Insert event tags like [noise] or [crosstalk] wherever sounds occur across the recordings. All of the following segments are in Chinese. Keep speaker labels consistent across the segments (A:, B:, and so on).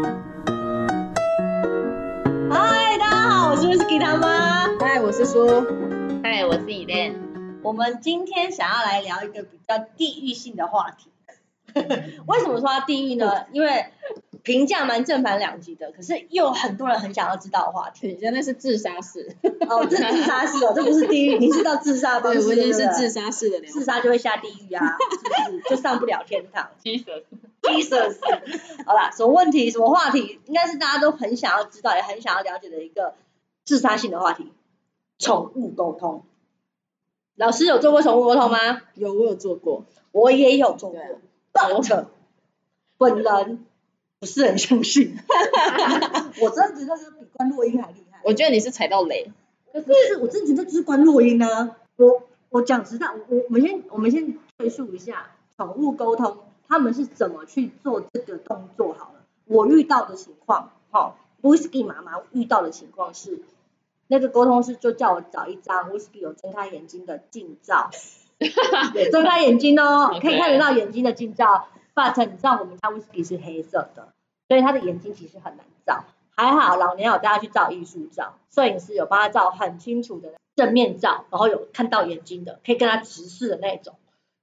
A: 哎是说，
B: 嗨，我是 Elen。
C: 我们今天想要来聊一个比较地域性的话题。 [laughs] 为什么说它地域呢？因为评价蛮正反两极的，可是又有很多人很想要知道的话题。
A: 你真的是自杀式，
C: 哦，这自杀式哦，这不是地狱，你知道自杀的方
B: 哦
A: [laughs] 对，
C: 式
A: 我已经
C: 对
A: 是
C: 不对
A: 自杀式的聊。
C: 自杀就会下地狱啊，是不是就上不了天堂。
B: Jesus，
C: Jesus，好 [laughs] 啦，什么问题，什么话题，应该是大家都很想要知道，也很想要了解的一个自杀性的话题——宠物沟通。老师有做过宠物沟通吗？
A: 有我有做过，
C: 我也有做过
A: 对啊
C: ，but 本人不是很相
A: [laughs]
C: 信，我真的觉得是比关洛英还厉害。
A: 我觉得你是踩到雷，
C: 可是我真的觉得就是关洛英呢，我我讲实在，我我我们先我们先赘述一下宠物沟通他们是怎么去做这个动作好了。我遇到的情况，哈、w h i s k y 妈妈遇到的情况是，那个沟通师就叫我找一张 Whisky 有睁开眼睛的近照，有睁开眼睛哦，可以看得到眼睛的近照。But 你知道我们家 Whisky 是黑色的，所以他的眼睛其实很难照。还好老年有带他去照艺术照，摄影师有帮他照很清楚的正面照，然后有看到眼睛的，可以跟他直视的那种。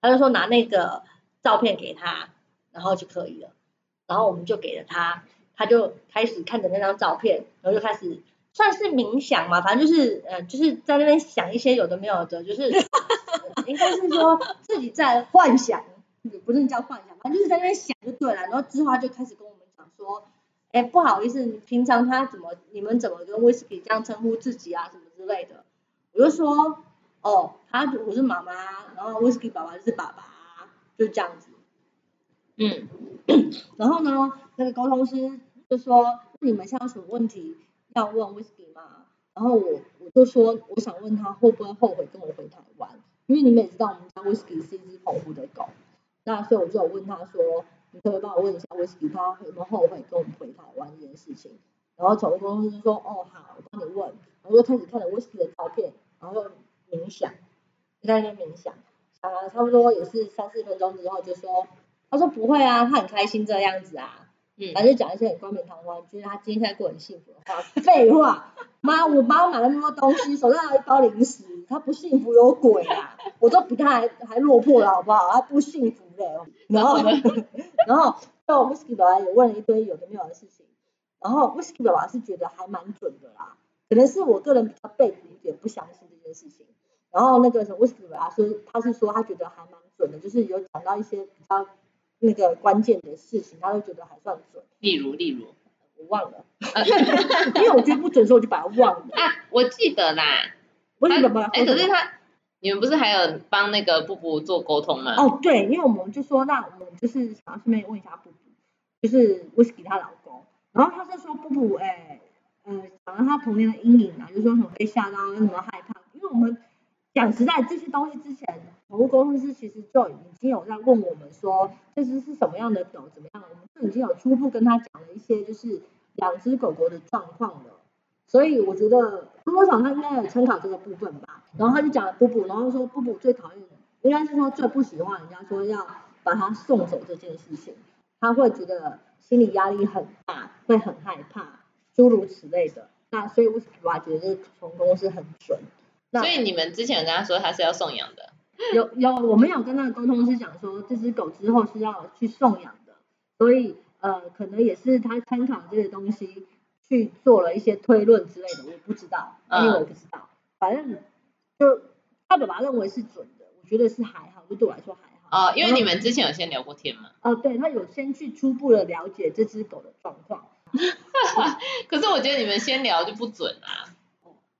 C: 他就说拿那个照片给他，然后就可以了。然后我们就给了他，他就开始看着那张照片，然后就开始算是冥想嘛，反正就是呃，就是在那边想一些有的没有的，就是呃应该是说自己在幻想，不是叫幻想，反正就是在那边想就对了。然后之后他就开始跟我们讲说，哎，不好意思，你平常他怎么你们怎么跟 Whisky 这样称呼自己啊，什么之类的。我就说，哦，他我是妈妈，然后 Whisky 爸爸就是爸爸，就这样子。
B: 嗯，
C: 然后呢，那个沟通师就说：“那你们现在有什么问题要问 Whisky 吗？”然后我我就说：“我想问他会不会后悔跟我回台湾，因为你们也知道我们家 Whisky 是一只澎湖的狗，那所以我就有问他说：‘你可不可以帮我问一下 Whisky 他有没有后悔跟我们回台湾这件事情？’然后宠物公司就说：‘哦，好，我帮你问。’然后就开始看了 Whisky 的照片，然后冥想，就在那边冥想，想了差不多也是三四分钟之后就说。”他说不会啊，他很开心这样子啊，
B: 嗯
C: 反正讲一些很冠冕堂皇，觉得他今天现在过得很幸福的话，废话，妈，我帮我买了那么多东西，手上还有一包零食，他不幸福有鬼啊，我都比他还还落魄了好不好？他不幸福的，然后然后到 Whisky 爸爸也问了一堆有的没有的事情，然后 Whisky 爸爸是觉得还蛮准的啦，可能是我个人比较背骨一点，不相信这件事情。然后那个什么 Whisky 爸爸说，他是说他觉得还蛮准的，就是有讲到一些比较那个关键的事情，他都觉得还算准。
B: 例如例
A: [laughs]
B: 如
C: 我忘了，因为我觉得不准，所以我就把它忘了。
B: 啊，我记得啦。
C: 为什么？
B: 哎、可是他，你们不是还有帮那个布布做沟通吗？
C: 哦，对，因为我们就说，那我们就是想要顺便问一下布布，就是 Whisky 她老公，然后他是说布布，哎、呃，讲到他童年的阴影啊，就说什么被吓到，什么害怕，因为我们讲实在这些东西之前，宠物沟通师其实就已经有在问我们说，这只是什么样的狗，怎么样，我们就已经有初步跟他讲了一些就是两只狗狗的状况了。所以我觉得多少他应该有参考这个部分吧。然后他就讲了布布，然后说布布最讨厌，应该是说最不喜欢人家说要把他送走这件事情，他会觉得心理压力很大，会很害怕，诸如此类的。那所以为什么我觉得这个成功是很准？那
B: 所以你们之前有跟他说他是要送养的，
C: 有有，我们有跟那个沟通师讲说，这只狗之后是要去送养的，所以呃，可能也是他参考这些东西去做了一些推论之类的，我不知道，因为我不知道，反正就他爸爸认为是准的，我觉得是还好，就对我来说还好。
B: 哦，因为你们之前有先聊过天嘛。
C: 哦、对他有先去初步的了解这只狗的状况。
B: [laughs] 可是我觉得你们先聊就不准啊。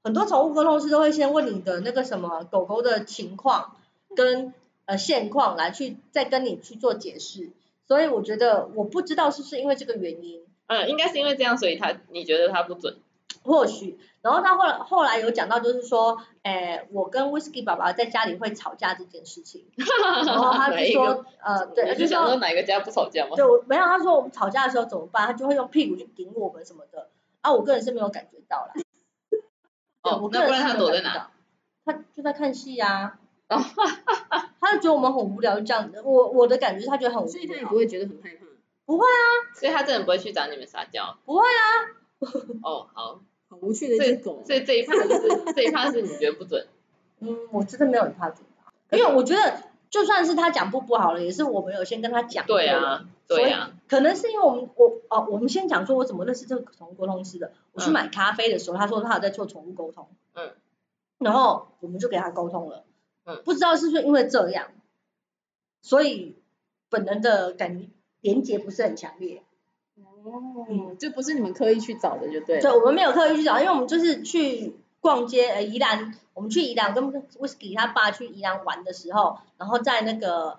C: 很多宠物沟通师都会先问你的那个什么狗狗的情况跟呃现况来去再跟你去做解释，所以我觉得我不知道是不是因为这个原因，
B: 嗯，应该是因为这样，所以他你觉得他不准。
C: 或许，然后他后来后来有讲到，就是说，诶，我跟 Whisky 爸爸在家里会吵架这件事
B: [laughs]
C: 情，然后他就
B: 哪一
C: 说，呃，对，
B: 我
C: 就
B: 就想
C: 说
B: 说哪一个家不吵架吗？
C: 对，我没有，他说我们吵架的时候怎么办，他就会用屁股去顶我们什么的。啊，我个人是没有感觉到啦。对
B: 哦
C: 我个
B: 那
C: 人
B: 不然
C: 是
B: 他
C: 没有
B: 躲
C: 感
B: 在
C: 觉
B: 哪哦
C: 到？他就在看戏啊。 [laughs] 他就觉得我们很无聊，就这样。我我的感觉是他觉得很无聊。
A: 所以他也不会觉得很害怕。
B: 所以他真的不会去找你们撒娇。
C: 不会
B: 啊。哦，好，
C: 好无趣的一
B: 所
C: 只
B: 以
C: 狗。
B: 所以这一趴就是这一趴是你觉得不
C: [laughs]
B: 准，
A: 嗯，我真的没有很怕嘴巴，因为我觉得就算是他讲不不好了，也是我们有先跟他讲过
B: 对啊，
A: 所
B: 对
A: 以
B: 啊，
A: 可能是因为我们我哦，我们先讲说我怎么认识这个宠物沟通师的。我去
B: 嗯
A: 买咖啡的时候，他说他有在做宠物沟通，
B: 嗯，
A: 然后我们就给他沟通了，
B: 嗯，
A: 不知道是不是因为这样，所以本人的感连接不是很强烈。
B: 哦
C: 嗯，就不是你们刻意去找的，就对
A: 对，
C: 了。
A: 我们没有刻意去找，因为我们就是去逛街，呃，宜兰，我们去宜兰，我跟 Whisky 他爸去宜兰玩的时候，然后在那个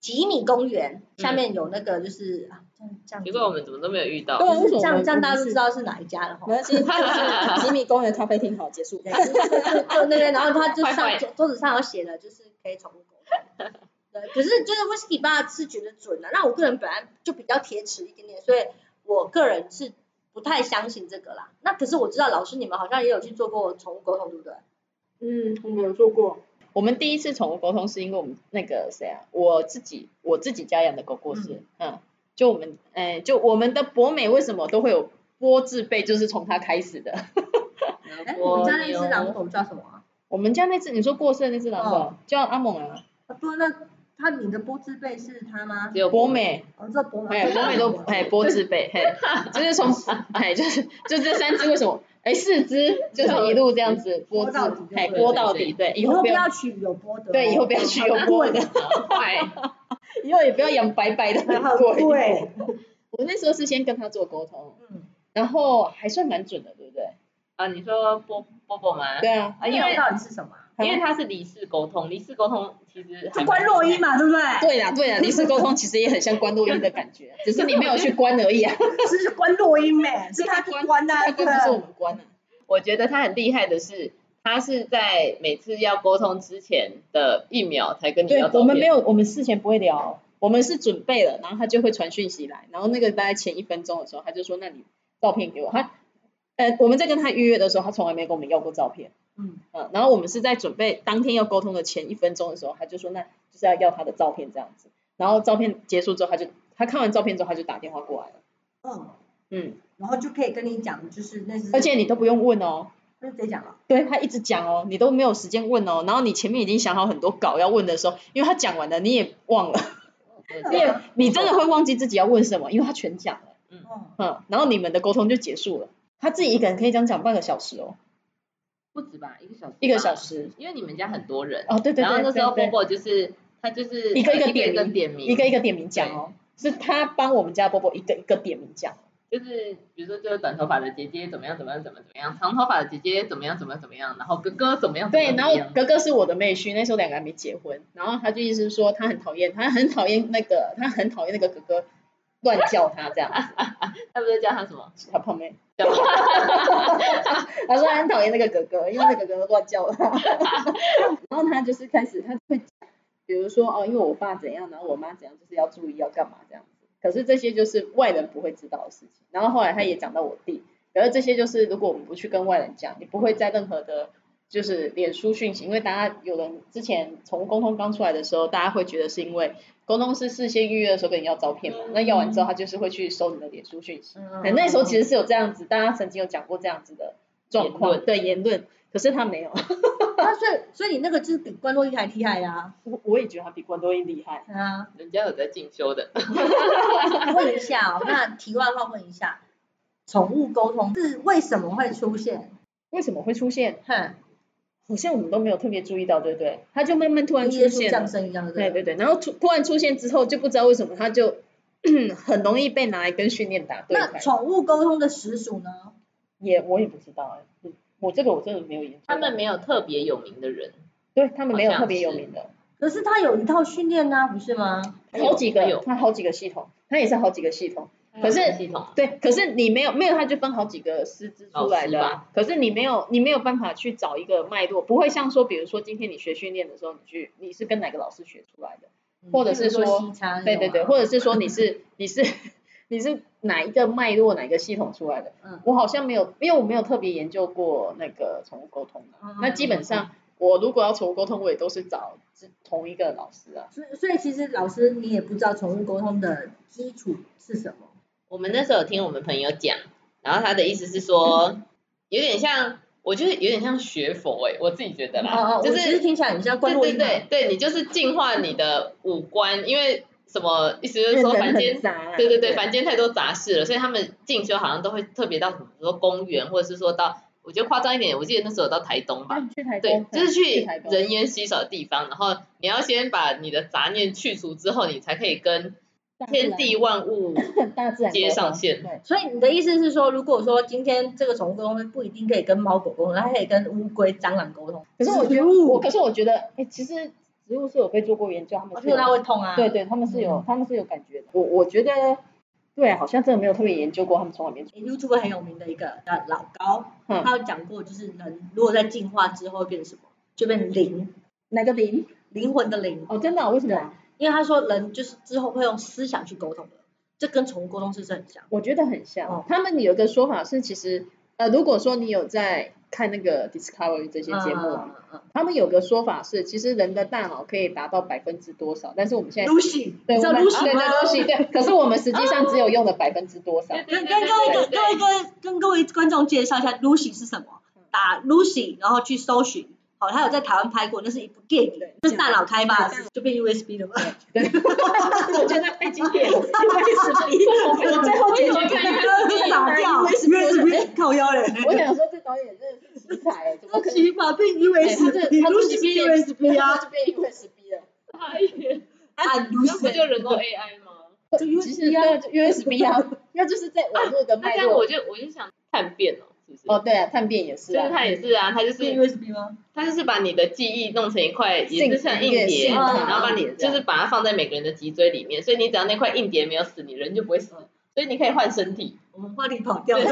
A: 吉米公园下面有那个就是、啊，这样这样子
B: 奇怪我们怎么都嗯没有遇到 [laughs]
C: 对，啊为什
A: 这
C: 么我
A: 样
C: 们
A: 这
C: 我
A: 样
C: 们
A: 大家就是知道是哪一家了哈。 [laughs]
C: 没关系，就是吉米公园咖啡厅好结
B: [laughs]
C: 束。
A: 对，就就就就哦那边，然后他就
B: 坏
A: 上
B: 坏
A: 桌子上有写了，就是可以宠物沟通。 [laughs] 对，可是就是 Whisky 爸是觉得准的、那我个人本来就比较铁齿一点点，所以我个人是不太相信这个啦。那可是我知道老师你们好像也有去做过宠物沟通，对不对？
C: 嗯，我们有做过。
B: 我们第一次宠物沟通是因为我们那个谁啊，我自己我自己家养的狗过世，嗯就我们，哎、就我们的博美为什么都会有波字辈，就是从它开始的。 [laughs]
A: 哎，
B: 我
A: 我们家那只
B: 有
A: 狼狗叫什么啊？
B: 我们家那只你说过世的那只狼狗、叫阿猛啊，
A: 啊不，那它你的波字辈是它吗？
B: 有博美，
A: 哦，这波
B: [laughs] 哎，博美都哎波字辈， [laughs] 嘿，就是从哎就是就这三只为什么哎四只就是一路这样子波字
A: 播到底就对了
B: 哎波到底，对，
A: 以
B: 以
A: 后
B: 后不
A: 不
B: 要
A: 要取有波的哦，
B: 对以后不要取有波的，
D: 快，
B: 以后也不要养白白的
A: 很
B: 很 [laughs] 贵。
A: 贵。
B: 我那时候是先跟他做沟通，
A: 嗯，
B: 然后还算蛮准的，对不对？
D: 啊，你说波波波吗？
B: 对啊，
D: 啊，因
A: 那
D: 为
A: 到底是什么啊？
D: 因为它是离世沟通，离世沟通其实还
A: 就
D: 蛮
A: [laughs] 关洛伊嘛，对不对？
B: 对啦对啦，离世沟通其实也很像关录音的感觉，只是你没有去关而已啊，
A: 这是关洛音呗，是他去关的、啊，
B: 他关 [laughs] 不是我
A: 对
B: 们关啊。
D: 我觉得他很厉害的是，他是在每次要沟通之前的一秒才跟你
B: 对
D: 要，照
B: 我们没
D: 片。
B: 有，我们事前不会聊，我们是准备了，然后他就会传讯息来，然后那个大概前一分钟的时候，他就说：“那你照片给我。”他，呃，我们在跟他预约的时候，他从来没跟我们要过照片。
A: 嗯
B: 嗯，然后我们是在准备当天要沟通的前一分钟的时候，他就说：“那就是要要他的照片这样子。”然后照片结束之后，他就他看完照片之后，他就打电话过来了。
A: 嗯，
B: 嗯，
A: 然后就可以跟你讲，就是那
D: 嗯
A: 是，
B: 而且你都不用问哦，
A: 那是谁讲了？
B: 对他一直讲哦，你都没有时间问哦，然后你前面已经想好很多稿要问的时候，因为他讲完了你也忘了。
A: 没有
B: 你真的会忘记自己要问什么，因为他全讲了，
A: 嗯，
B: 嗯，然后你们的沟通就结束了。他自己一个人可以这样讲半个小时哦，
D: 不止吧，一个小时，
B: 一个小，时。
D: 因为你们家很多人，
B: 哦，对对对，
D: 啊然后那时候
B: 对对
D: 波波就是他就是
B: 一个一个
D: 一
B: 点
D: 一个
B: 名
D: 点名，
B: 一个一个点名讲哦，是他帮我们家波波一个一个点名讲。
D: 就是比如说就是短头发的姐姐怎么样怎么样怎么怎么样，长头发的姐姐怎么样怎么样怎么样，然后哥哥怎么样怎么
B: 对，
D: 样
B: 然
D: 怎么
B: 后
D: 样，
B: 格格是我的妹婿，那时候两个还没结婚，然后他就意思说他很讨厌，他很讨厌那个，他很讨厌那个格格乱叫他这样子，
D: 他不是叫他什么？
B: [laughs] 他胖妹。
D: 叫
B: 他说他很讨厌那个哥哥，因为那个哥哥乱叫他。 [laughs] 然后他就是开始，他会讲，比如说哦，因为我爸怎样，然后我妈怎样，就是要注意要干嘛这样子。可是这些就是外人不会知道的事情。然后后来他也讲到我弟，然后这些就是如果我们不去跟外人讲，你不会在任何的，就是脸书讯息，因为大家有人之前宠物沟通刚出来的时候，大家会觉得是因为沟通师事先预约的时候跟你要照片嘛，那要完之后他就是会去收你的脸书讯息。
A: 嗯
B: 对，那时候其实是有这样子，大家曾经有讲过这样子的状
D: 言
B: 况，对言论，可是他没有，
A: 啊，所以所以你那个就是比关洛伊还厉害啊呀、
B: [laughs] 我我也觉得他比关多英厉害。
A: 对啊，
D: 人家有在进修的，
A: 问一下哦，那题外话问一下，宠物沟通是为什么会出现？
B: 为什么会出现？
A: 哼，
B: 好像我们都没有特别注意到，对不对？他就慢慢突然
A: 跟
B: 出
A: 耶稣
B: 现
A: 降
B: 了，
A: 生一样的，
B: 对
A: 不
B: 对对，然后突突然出现之后，就不知道为什么他就 [clears throat] 很容易被拿来跟训练打对
A: 那
B: 台，
A: 宠物沟通的实属呢？
B: 也我也不知道哎、我这个我真的没有研究，
D: 他们没有特别有名的人，
B: 对他们没有
D: 好像
B: 特别有
D: 是
B: 名的，
A: 可是它有一套训练啊，不是吗？
D: 有
B: 好几
D: 他
B: 个
D: 有，
B: 他好嗯几个系统，他也是好几个系统。可是
D: 他有系统
B: 对，可是你没有没有，它就分好几个师资出来的
D: 老师
B: 啊、可是你没有你没有办法去找一个脉络，不会像说，比如说今天你学训练的时候，你去你是跟哪个老师学出来的，
D: 嗯
B: 或者是
A: 譬如
B: 说
A: 西餐那种
B: 对对
A: 啊，
B: 对，或者是说你
D: [laughs]
B: 是你是你是哪一个脉络哪一个系统出来的？
A: 嗯
B: 我好像没有，因为我没有特别研究过那个宠物沟通的、
A: 嗯
B: 那基本上我如果要宠物沟通，我也都是找同一个老师啊。
A: 所以，所以其实老师你也不知道宠物沟通的基础是什么。
D: 我们那时候有听我们朋友讲，然后他的意思是说， [laughs] 有点像，我觉得有点像学佛哎、我自己觉得啦，
A: 哦哦，
D: 就
A: 我其实
D: 是
A: 听起来很像关
D: 对
A: 洛
D: 对
A: 音啊嘛，
D: 对对，你就是净化你的五官，因为什么意思就是
B: 认
D: 说
B: 真
D: 凡
B: 很
D: 间。
B: 杂啊。
D: 对对对，凡间太多杂事了，所以他们进修好像都会特别到什么，比如说公园，或者是说到，我觉得夸张一点，我记得那时候有到台东吧，
B: 那你去台
D: 对
B: 东，，
D: 就是去
B: 台东
D: 人烟稀少的地方，然后你要先把你的杂念去除之后，你才可以跟
B: 大自然
D: 天地万物
B: 大自然
D: 接
B: 沟通
D: 上线
B: 对，
A: 所以你的意思是说，如果说今天这个宠物沟通不一定可以跟猫狗沟通，它可以跟乌龟、蟑螂沟通。
B: 可是我觉得
A: 物
B: 我，可是我觉得，哎，其实植物是有被做过研究，他们
A: 哦
B: 是
A: 因为
B: 有
A: 它会痛啊。
B: 对对，他们是有，他们是有感觉的。我我觉得，对，啊好像真的没有特别研究过，他们从来没做。
A: YouTube 很有名的一个呃老高，
B: 嗯
A: 他有讲过，就是人如果在进化之后会变成什么，就变成灵，
B: 哪个零？
A: 灵魂的灵。
B: 哦，真的、哦？为什么？
A: 因为他说人就是之后会用思想去沟通的，这跟宠物沟通是不是很像？
B: 我觉得很像。
A: 哦
B: 他们有一个说法是，其实呃，如果说你有在看那个 Discovery 这些节目啊，
A: 嗯嗯嗯
B: 他们有个说法是，其实人的大脑可以达到百分之多少，但是我们现
A: 嗯
B: 在。
A: Lucy，
B: 对，我
A: 你知道
B: 们啊
A: Lucy
B: 对
A: 吗？
B: 对 Lucy，对，
A: [laughs]
B: 可是我们实际上只有用了百分之多少？
A: 跟跟各位跟各位跟跟各位观众介绍一下 Lucy 是什么，打 Lucy 然后去搜寻，好、他有在台湾拍过，那是一部电影
B: 对，
A: 这是大脑开发的事，就变 USB 了嘛。
B: 我觉得太经典了，我最后结局就是
A: 被打掉 USB 靠腰嘞，
B: 我想说，这导演真的是奇才，怎么
A: 那
B: 可能？
A: 起码变
B: 哎
A: USB，Lucy 是 USB 啊，
B: 就变 USB 了。
D: 那
A: 按
D: 不
A: 啊 Lucy
D: 就人工 AI 吗？
A: 就
B: 其实
A: USB 啊，
B: 对 USB 啊，那就是在网络的
D: 啊那
B: 脉
D: 这样我
B: 络。
D: 就我就想探变哦，是不是？
B: 哦，对啊，探变也是
D: 就是
B: 啊。
D: 它也是啊，它就
A: 变
D: 是
A: USB 吗？
D: 它就是把你的记忆弄成一块，也是像硬
B: 信
D: 碟，
B: 信
A: 卡
D: 然后把你
B: 这
D: 就
B: 样
D: 是把它放在每个人的脊椎里面，所以你只要那块硬碟没有死，你人就不会死，所以你可以换身体。
A: 我们话题跑掉了。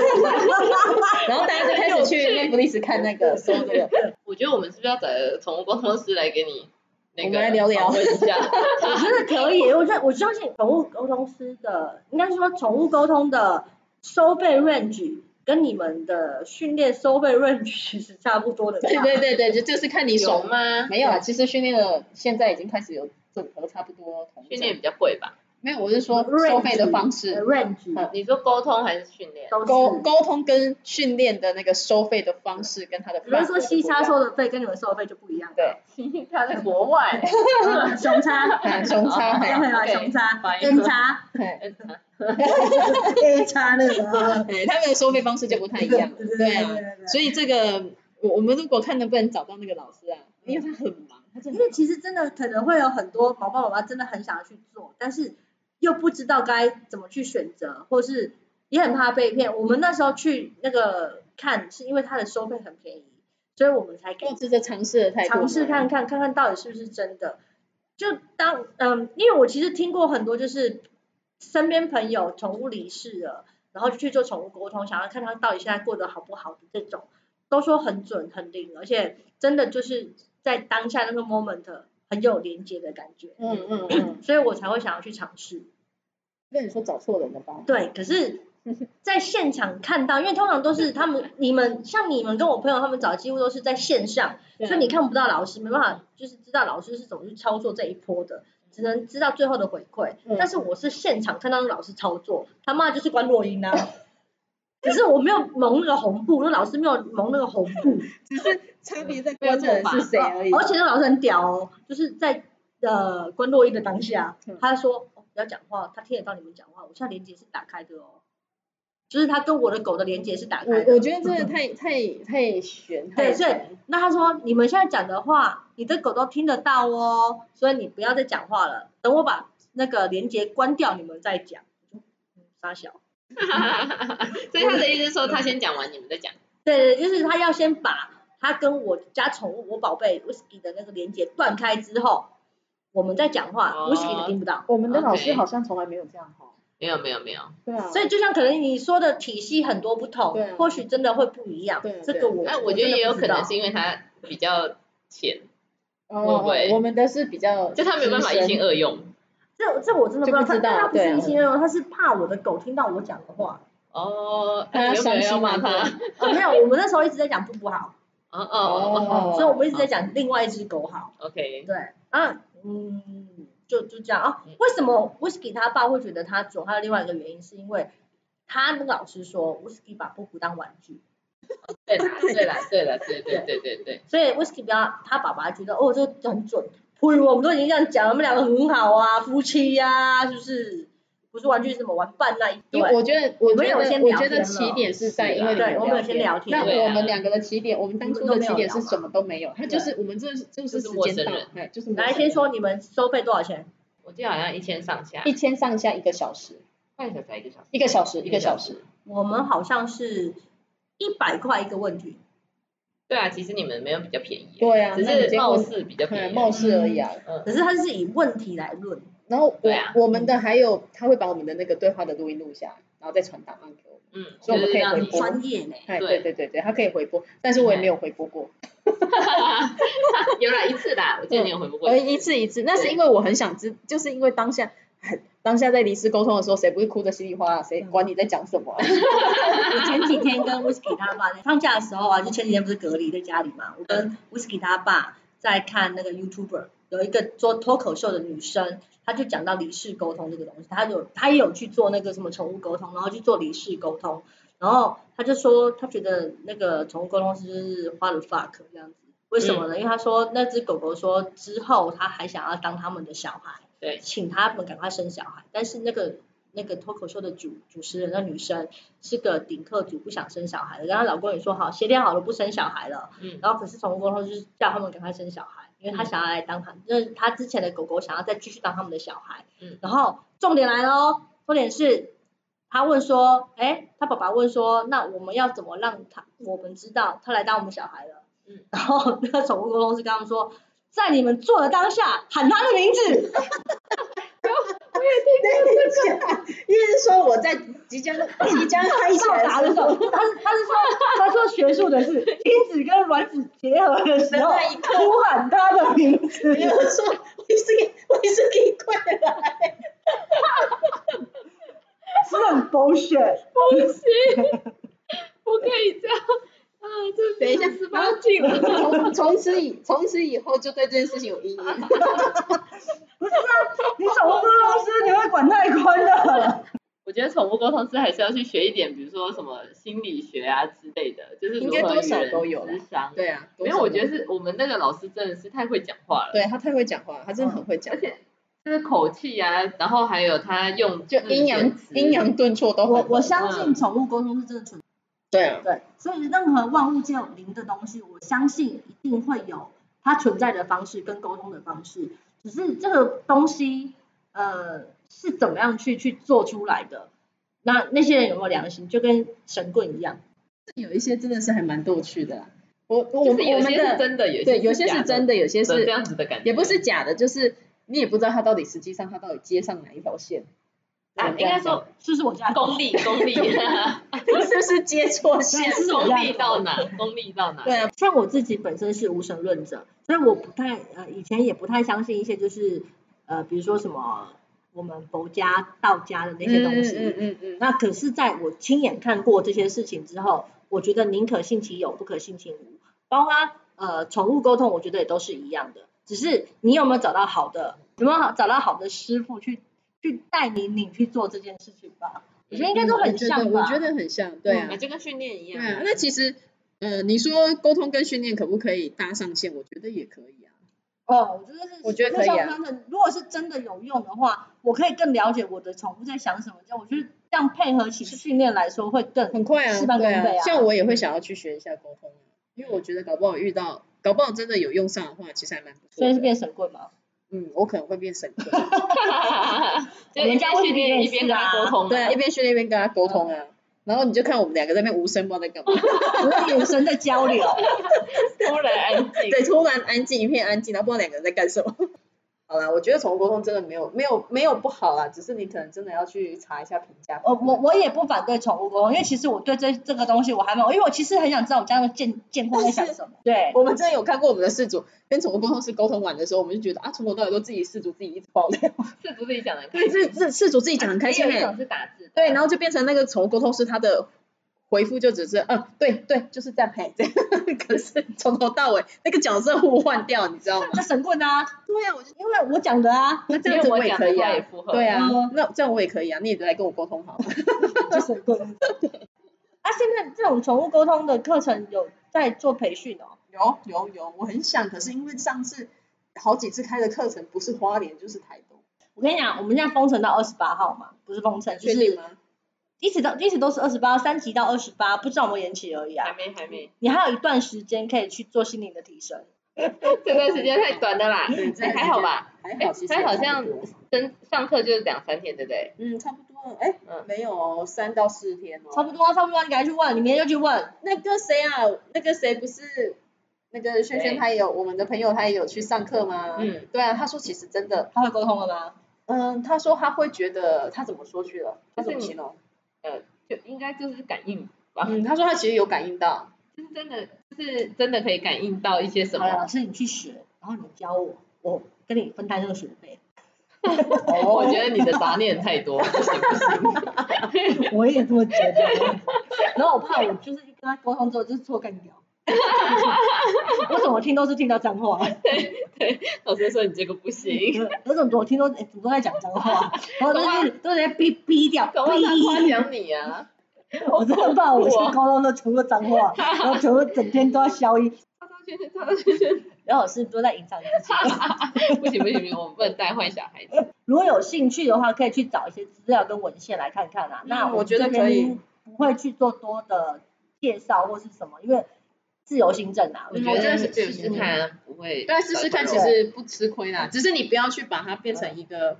B: 然后大家就开始去 Netflix 看那个搜这个，
D: 我觉得我们是不是要找宠物沟通师来给你那个
B: 我们来聊聊
D: 访问一下？
A: 我觉得可以，我认我相信宠物沟通师的，应该说宠物沟通的收费 range 跟你们的训练收费 range 是差不多的。
B: 对对对对，就就是看你
D: 有
B: 手。
D: 吗？
B: 没有啊，其实训练的现在已经开始有整合差不多同
D: 训练
B: 整。
D: 比较会吧？
B: 没有，我是说收费的方式，
A: range
B: 嗯
D: 你说沟通还是训练？
A: 都
B: 沟
A: 是，
B: 沟通跟训练的那个收费的方式跟它的
A: 比
B: 范围
A: 如
B: 都不一
A: 说
B: 样。
A: 西叉收的费跟你们收费就不一样。啊
B: 对，
D: 他在国外，
A: 熊叉，
B: 嗯熊叉，
A: 还会
B: 嘿
A: 吗？
D: 对
A: 熊叉
D: 反应
A: ，N 叉
B: 嘿
A: ，A 叉那个。啊
B: 对，哎他们的收费方式 [laughs] 就不太一样了，
A: 对对
B: 对
A: 对
B: 啊
A: 对。对
B: 所以这个，我我们如果看能不能找到那个老师啊，因为他很忙，他真
A: 因
B: 的
A: 为其实真的可能会有很多宝宝妈妈真的很想要去做，但是又不知道该怎么去选择，或是也很怕被骗。我们那时候去那个看，是因为它的收费很便宜，所以我们才
B: 抱
A: 敢
B: 持着尝试的态度嘛，
A: 尝试看看，看看到底是不是真的。就当嗯，因为我其实听过很多，就是身边朋友宠物离世了，然后就去做宠物沟通，想要看它到底现在过得好不好的这种，都说很准很灵，而且真的就是在当下那个 moment 很有连接的感觉，
B: 嗯嗯 [coughs] 嗯。
A: 所以我才会想要去尝试。
B: 那你说找错人了吧？
A: 对，
B: [laughs]
A: 可是在现场看到，因为通常都是他们、你们像你们跟我朋友他们找，几乎都是在线上，
B: 对啊
A: 所以你看不到老师，没办法，就是知道老师是怎么去操作这一波的，只能知道最后的回馈。
B: 嗯
A: 但是我是现场看到老师操作，他妈就是关
B: [laughs]
A: 落音啊！可是我没有蒙那个红布，那老师没有蒙那个红布，
B: 差别在关键人是谁而已。
A: 哦而且那老师很屌哦，就是在呃关落音的当下
B: 嗯，
A: 他说、哦、不要讲话，他听得到你们讲话，我现在连接是打开的哦，就是他跟我的狗的连接是打开
B: 我
A: 的。
B: 我觉得真的太太太悬，太
A: 对所以
B: 悬
A: 那他说你们现在讲的话，你的狗都听得到哦，所以你不要再讲话了，等我把那个连接关掉，你们再讲。嗯傻小。
D: 所以他的意思是说，他先讲完，你们再讲。
A: 对对，就是他要先把他跟我家宠物我宝贝 Whisky 的那个连接断开之后，我们再讲话、
D: 哦
A: w h i s k y 就听不到。
B: 我们的老
D: OK
B: 师好像从来没有这样哈。
D: 没有没有没有，
B: 对啊，
A: 所以就像可能你说的体系很多不同，
B: 对啊
A: 或许真的会不一样。
B: 对啊
A: 这
B: 对
A: 个
B: 啊
A: 我
D: 那
A: 我
D: 哎我觉得
A: 真的
D: 也有
A: 不
D: 可
A: 知道
D: 能是因为他比较浅，会
B: 哦
D: 不会
B: 我们的是比较
D: 就他没有办法一
B: 资
D: 心
B: 深
D: 二用。
A: 这这我真的
B: 就
A: 不知道，
B: 不知道
A: 他他不
B: 对
A: 是
B: 啊
A: 一心二用，他是怕我的狗听到我讲的话。
D: 哦，
B: 那
D: 那
B: 要
D: 你有没
B: 伤
D: 有要
B: 心
D: 骂
B: 难过
D: 他？
A: 哦，没有，我们那时候一直在讲布布好，
D: 哦哦哦
B: 哦
A: 所以我们一直在讲另外一只狗好。
D: ，OK，
A: 对，啊，嗯，就就这样啊。为什么 Whisky 他爸会觉得他准？还有另外一个原因是因为他那个老师说 Whisky 把布布当玩具，
D: 对啦，对啦，对啦，对对对对对，
C: 所以 Whisky 表他爸爸觉得哦，这很准，呸，我们都已经这样讲，我们两个很好啊，夫妻呀、是不是？不是玩具是什么玩伴那一
B: 因为
C: 对，
B: 我觉得，我
C: 们
B: 觉
C: 有先
B: 得，我
C: 聊
B: 觉
C: 天
B: 得
C: 了
B: 起点是在
D: 是
B: 因为
D: 啊
B: 你们
C: 对我们有先聊天
B: 那
D: 对
B: 我
D: 啊
B: 们两个的起点，我们当初
C: 我们都
B: 的
C: 没有
B: 起点是
C: 聊嘛
B: 什么都没有，他就是我们这就是
D: 就是
B: 时
D: 陌
B: 间
D: 生
B: 到
D: 人，
B: 哎，就是陌
C: 来
B: 生
C: 先
B: 人
C: 说你们收费多少钱？
D: 我记得好像一千上下，
B: 一千上下一个小时，
D: 半小时还一个小时，
B: 一个小时一个小时，
C: 我们好像是一百块一个问句，
D: 对啊，其实你们没有比较便宜，
B: 对啊，
D: 只
B: 那你
D: 是
B: 结
D: 貌
B: 果
D: 似比较
B: 对
D: 便宜，
B: 貌似而已啊。
D: 嗯，
C: 可是它是以问题来论，
B: 然后我、
D: 对啊
B: 我们的还有他会把我们的那个对话的录音录下来，然后再传档案给我们。
D: 嗯，
B: 所以我们可以
D: 就是让
B: 回
D: 你
B: 拨 [laughs]
C: 专业呢。
B: 哎，
D: 对
B: 对对对对，他可以回播，但是我也没有回播过，
D: 有啦一次啦，我记得你有回不过
B: 我，嗯一次一次，那是因为我很想知，就是因为当下。当下在离世沟通的时候，谁不是哭得稀里哗啦？谁管你在讲什么啊、
C: 我前几天跟 Whisky 他爸在放假的时候啊，就前几天不是隔离在家里嘛，我跟 Whisky 他爸在看那个 YouTuber，有一个做脱口秀的女生，她就讲到离世沟通这个东西，她有她也有去做那个什么宠物沟通，然后去做离世沟通，然后她就说她觉得那个宠物沟通师就是花了 fuck 这样子，为什么呢？因为她说那只狗狗说之后她还想要当他们的小孩，
D: 对
C: 请他们赶快生小孩，但是那个。那个脱口秀的主主持人，那女生是个顶客族，不想生小孩的，然后老公也说好协调好了不生小孩了，
D: 嗯
C: 然后可是宠物沟通就是叫他们赶快生小孩，因为他
D: 嗯
C: 想要来当他，就是他之前的狗狗想要再继续当他们的小孩，
D: 嗯
C: 然后重点来喽，重点是他问说，哎，他爸爸问说，那我们要怎么让他 [laughs] 我们知道他来当我们小孩了？
D: 嗯，
C: 然后那个宠物沟通师跟他们说，在你们做的当下喊他的名字，
E: 意思是说我在即将即将嗨起
C: 到
E: 来
C: 达的
E: 的
C: 时
E: 时
C: 候，
E: 候，
C: 他是他是说他说学术的是精子跟卵子结合的时候，呼喊他的名字，
E: 没有说威士忌威士忌快来，
C: 是不是很 bullshit。
D: 不行， [laughs] 不可以这样，啊，
B: [laughs]
D: 这
B: 等一下
D: 十，
B: 然后
D: 禁了，
B: 从从此以从此以后就对这件事情有阴影。
C: 不是啊，你宠物公司你会管太宽了。
D: 我觉得宠物沟通师还是要去学一点，比如说什么心理学啊之类的，就是如
B: 应该
D: 何与
B: 多
D: 人
B: 少都有啦
D: 智商。
B: 对啊，
D: 没有，我觉
B: 得
D: 得是我们那个老师真的是太会讲话了，
B: 对他太会讲话，他真的很会讲
D: 而
B: 话，
D: 且就是口气啊，然后还有他用
B: 就
D: 字
B: 阴
D: 遣
B: 阳
D: 词
B: 阴阳顿挫都
C: 我
B: 很
C: 我相信宠物沟通是真的存
B: 对啊，
C: 对，所以任何万物皆有灵的东西，我相信一定会有它存在的方式跟沟通的方式，只是这个东西呃是怎么样去去做出来的。那那些人有没有良心，就跟神棍一样。
B: 有一些真的是还蛮逗趣的啦。我我
D: 就
B: 我
D: 是有
B: 们
D: 些是
B: 的
D: 真的，有些
B: 对，有些
D: 假
B: 是真
D: 的，
B: 的，有些
D: 这
B: 是
D: 样子的感觉，
B: 也不是假的，就是你也不知道他到底实际上他到底接上哪一条线，
D: 啊，应该说
C: 是不是我家的狗
D: 功力功力，
B: 啊
D: [laughs]
B: 是不是接错线？
C: 对是我
D: 功
C: 家
D: 力
C: 的狗
D: 到哪？功力到哪？
B: 对啊，
C: 像我自己本身是无神论者，所以我不太呃以前也不太相信一些就是呃比如说什么我们佛家、道家的那些东西。
B: 嗯嗯嗯嗯，
C: 那可是在我亲眼看过这些事情之后，我觉得宁可信其有，不可信其无。包括呃宠物沟通，我觉得也都是一样的，只是你有没有找到好的，有没有找到好的师傅去去带领你去做这件事情吧？我觉得应该都很像吧。嗯
B: 嗯我觉得很像，对啊
D: 啊，，就跟训练一
B: 对
D: 样
B: 啊
D: 啊。。
B: 那其实呃，你说沟通跟训练可不可以搭上线？我觉得也可以啊。
C: 哦，我觉得是，
B: 我觉得可以啊
C: 就像他们如果是真的有用的话，我可以更了解我的宠物在想什么。这样我觉得这样配合起训练来说会更
B: 很快啊，
C: 事半功
B: 对
C: 倍啊
B: 像我也会想要去学一下沟通啊，因为我觉得搞不好遇到，搞不好真的有用上的话，其实还蛮不错
C: 所以是
B: 的。
C: 变啊神棍嘛？
B: 嗯，我可能会
C: [laughs]
B: 变神棍，
D: 就
C: 我们
D: 一
C: 家
D: 边
C: 问
D: 训
C: 题
D: 练
C: 也
D: 一边
C: 是
D: 跟他
C: 啊
D: 沟通嘛。
B: 对啊，一边训练一边跟他沟通啊，然后你就看我们两个在那边无声不知道在干嘛，
C: [laughs] 我的眼神在交流。
D: 突然安静。
B: 对，突然安静一片安静，然后不知道两个人在干什
C: [laughs]
B: 么。好啦，我觉得宠物沟通真的没有没有没有不好啦，只是你可能真的要去查一下评价。
C: 呃我我我也不反对宠物沟通，因为其实我对这这个东西我还蛮，因为我其实很想知道我家的健健康在想什 [laughs] 么。对，
B: [laughs] 我们真的有看过我们的事主跟宠物沟通师沟通完的时候，我们就觉得啊，从头到尾都自己事主自己一直爆料， [laughs]
D: 是不是你讲的？
B: 对，自自事主自己讲得很开心
D: 也
B: 哎、
D: 有一种是打字的，
B: 对，然后就变成那个宠物沟通师他的回复就只是嗯，对对，就是这样嘿这样。 [laughs] 可是从头到尾那个角色互换掉，你知道吗？
C: 那神棍啊，
B: 对啊，我就
C: 因为我讲的啊，
B: 那这
D: 因
B: 样
D: 为
B: 子
D: 我
B: 我也
D: 讲
B: 可
D: 的
B: 以
D: 话
B: 啊
D: 也。符合。
B: 对啊
C: 嗯，
B: 那这样我也可以啊，你也来跟我沟通好了。
C: 就神棍。啊，现在这种宠物沟通的课程有在做培训哦。
B: [laughs] 有有有，我很想，可是因为上次好几次开的课程不是花莲就是台东，
C: 我跟你讲，我们现在封城到二十八号嘛，不是封城，就
B: 确
C: 是
B: 定吗？
C: 一直到一直都是二十八，三级到二十八，不知道我们延期而已
D: 还
B: 嗯
C: 啊。
D: 没还没，
C: 你还有一段时间可以去做心灵的提升。
D: 这段时间太短了啦，
B: 对，这
D: 哎
B: 样
D: 还好吧？
B: 还
D: 哎
B: 好，其，实
D: 他
B: 也
D: 好
B: 差
D: 像
B: 不多
D: 跟上课就是两三天，对不对？
B: 嗯差不多了，哎
D: 嗯
B: 没有哦三到四天哦，
C: 差不多啊，差不多啊，你赶快去问，你明天就去问。
B: 那个谁啊，那个谁不是那个轩轩
D: 谁
B: 他也有，我们的朋友他也有去上课吗？
D: 嗯，
B: 对啊，他说其实真的，
C: 他会沟通了吗？
B: 嗯，他说他会觉得他怎么说去了，他怎么
D: 就是你
B: 形容？
D: 就应该就是感应吧，
B: 嗯，他说他其实有感应到，
D: 就是真的就是真的可以感应到一些什
C: 好了，
D: 么。
C: 老师你去学，然后你教我，我跟你分担这个学 [laughs] 费。哦
B: [laughs]
D: 我觉得你的杂念太多，不行不行。
C: 我也这么觉 [laughs] 得。然后我怕我就是跟他沟通之后就是错干 [laughs] 掉。我怎么听都是听到脏 [laughs] 话，
D: 老师说你这个不行，
B: 嗯
C: 有种我听都哎怎么都在讲脏话，然后都是都在逼逼掉，
D: 搞不好他夸
C: 逼。
D: 奖你啊。
C: [laughs] 我真的怕我去沟通都全部脏
B: [laughs]
C: 话，然后全部整天都要消音，
D: [laughs] 他说轩轩，他说轩轩，
C: 然后老师都在影响自己。
D: [laughs] 不行不行不行，我们不能带坏小孩子。
C: 如果有兴趣的话，可以去找一些资料跟文献来看看啊。那
B: 嗯我
C: 们
B: 觉得
C: 这边
B: 可以
C: 不会去做多的介绍或是什么，因为自由行政啊，
D: 我
C: 觉
D: 觉
B: 我觉得
D: 得
C: 得
B: 是
D: 试试看啊，不会。
B: 对啊，试试看，其实不吃亏啦，只是你不要去把它变成一个，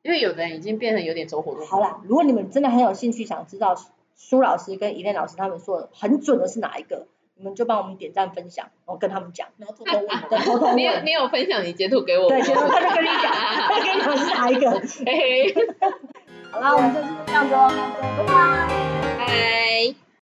B: 因为有的人已经变成有点走火入魔。
C: 嗯好啦。如果你们真的很有兴趣，想知道苏老师跟伊恋老师他们说的很准的是哪一个，你们就帮我们点赞分享，然后跟他们讲，
B: 然后偷偷问嘛，
C: 对，偷偷
D: 你有
C: 问。
D: 你有分享你截图给我吗
C: 对，？
B: [laughs]
C: 结果他就跟你讲，他就跟你讲是哪一个。
D: 嘿嘿。
C: 好啦，我们这次就这样子喽，大家拜拜。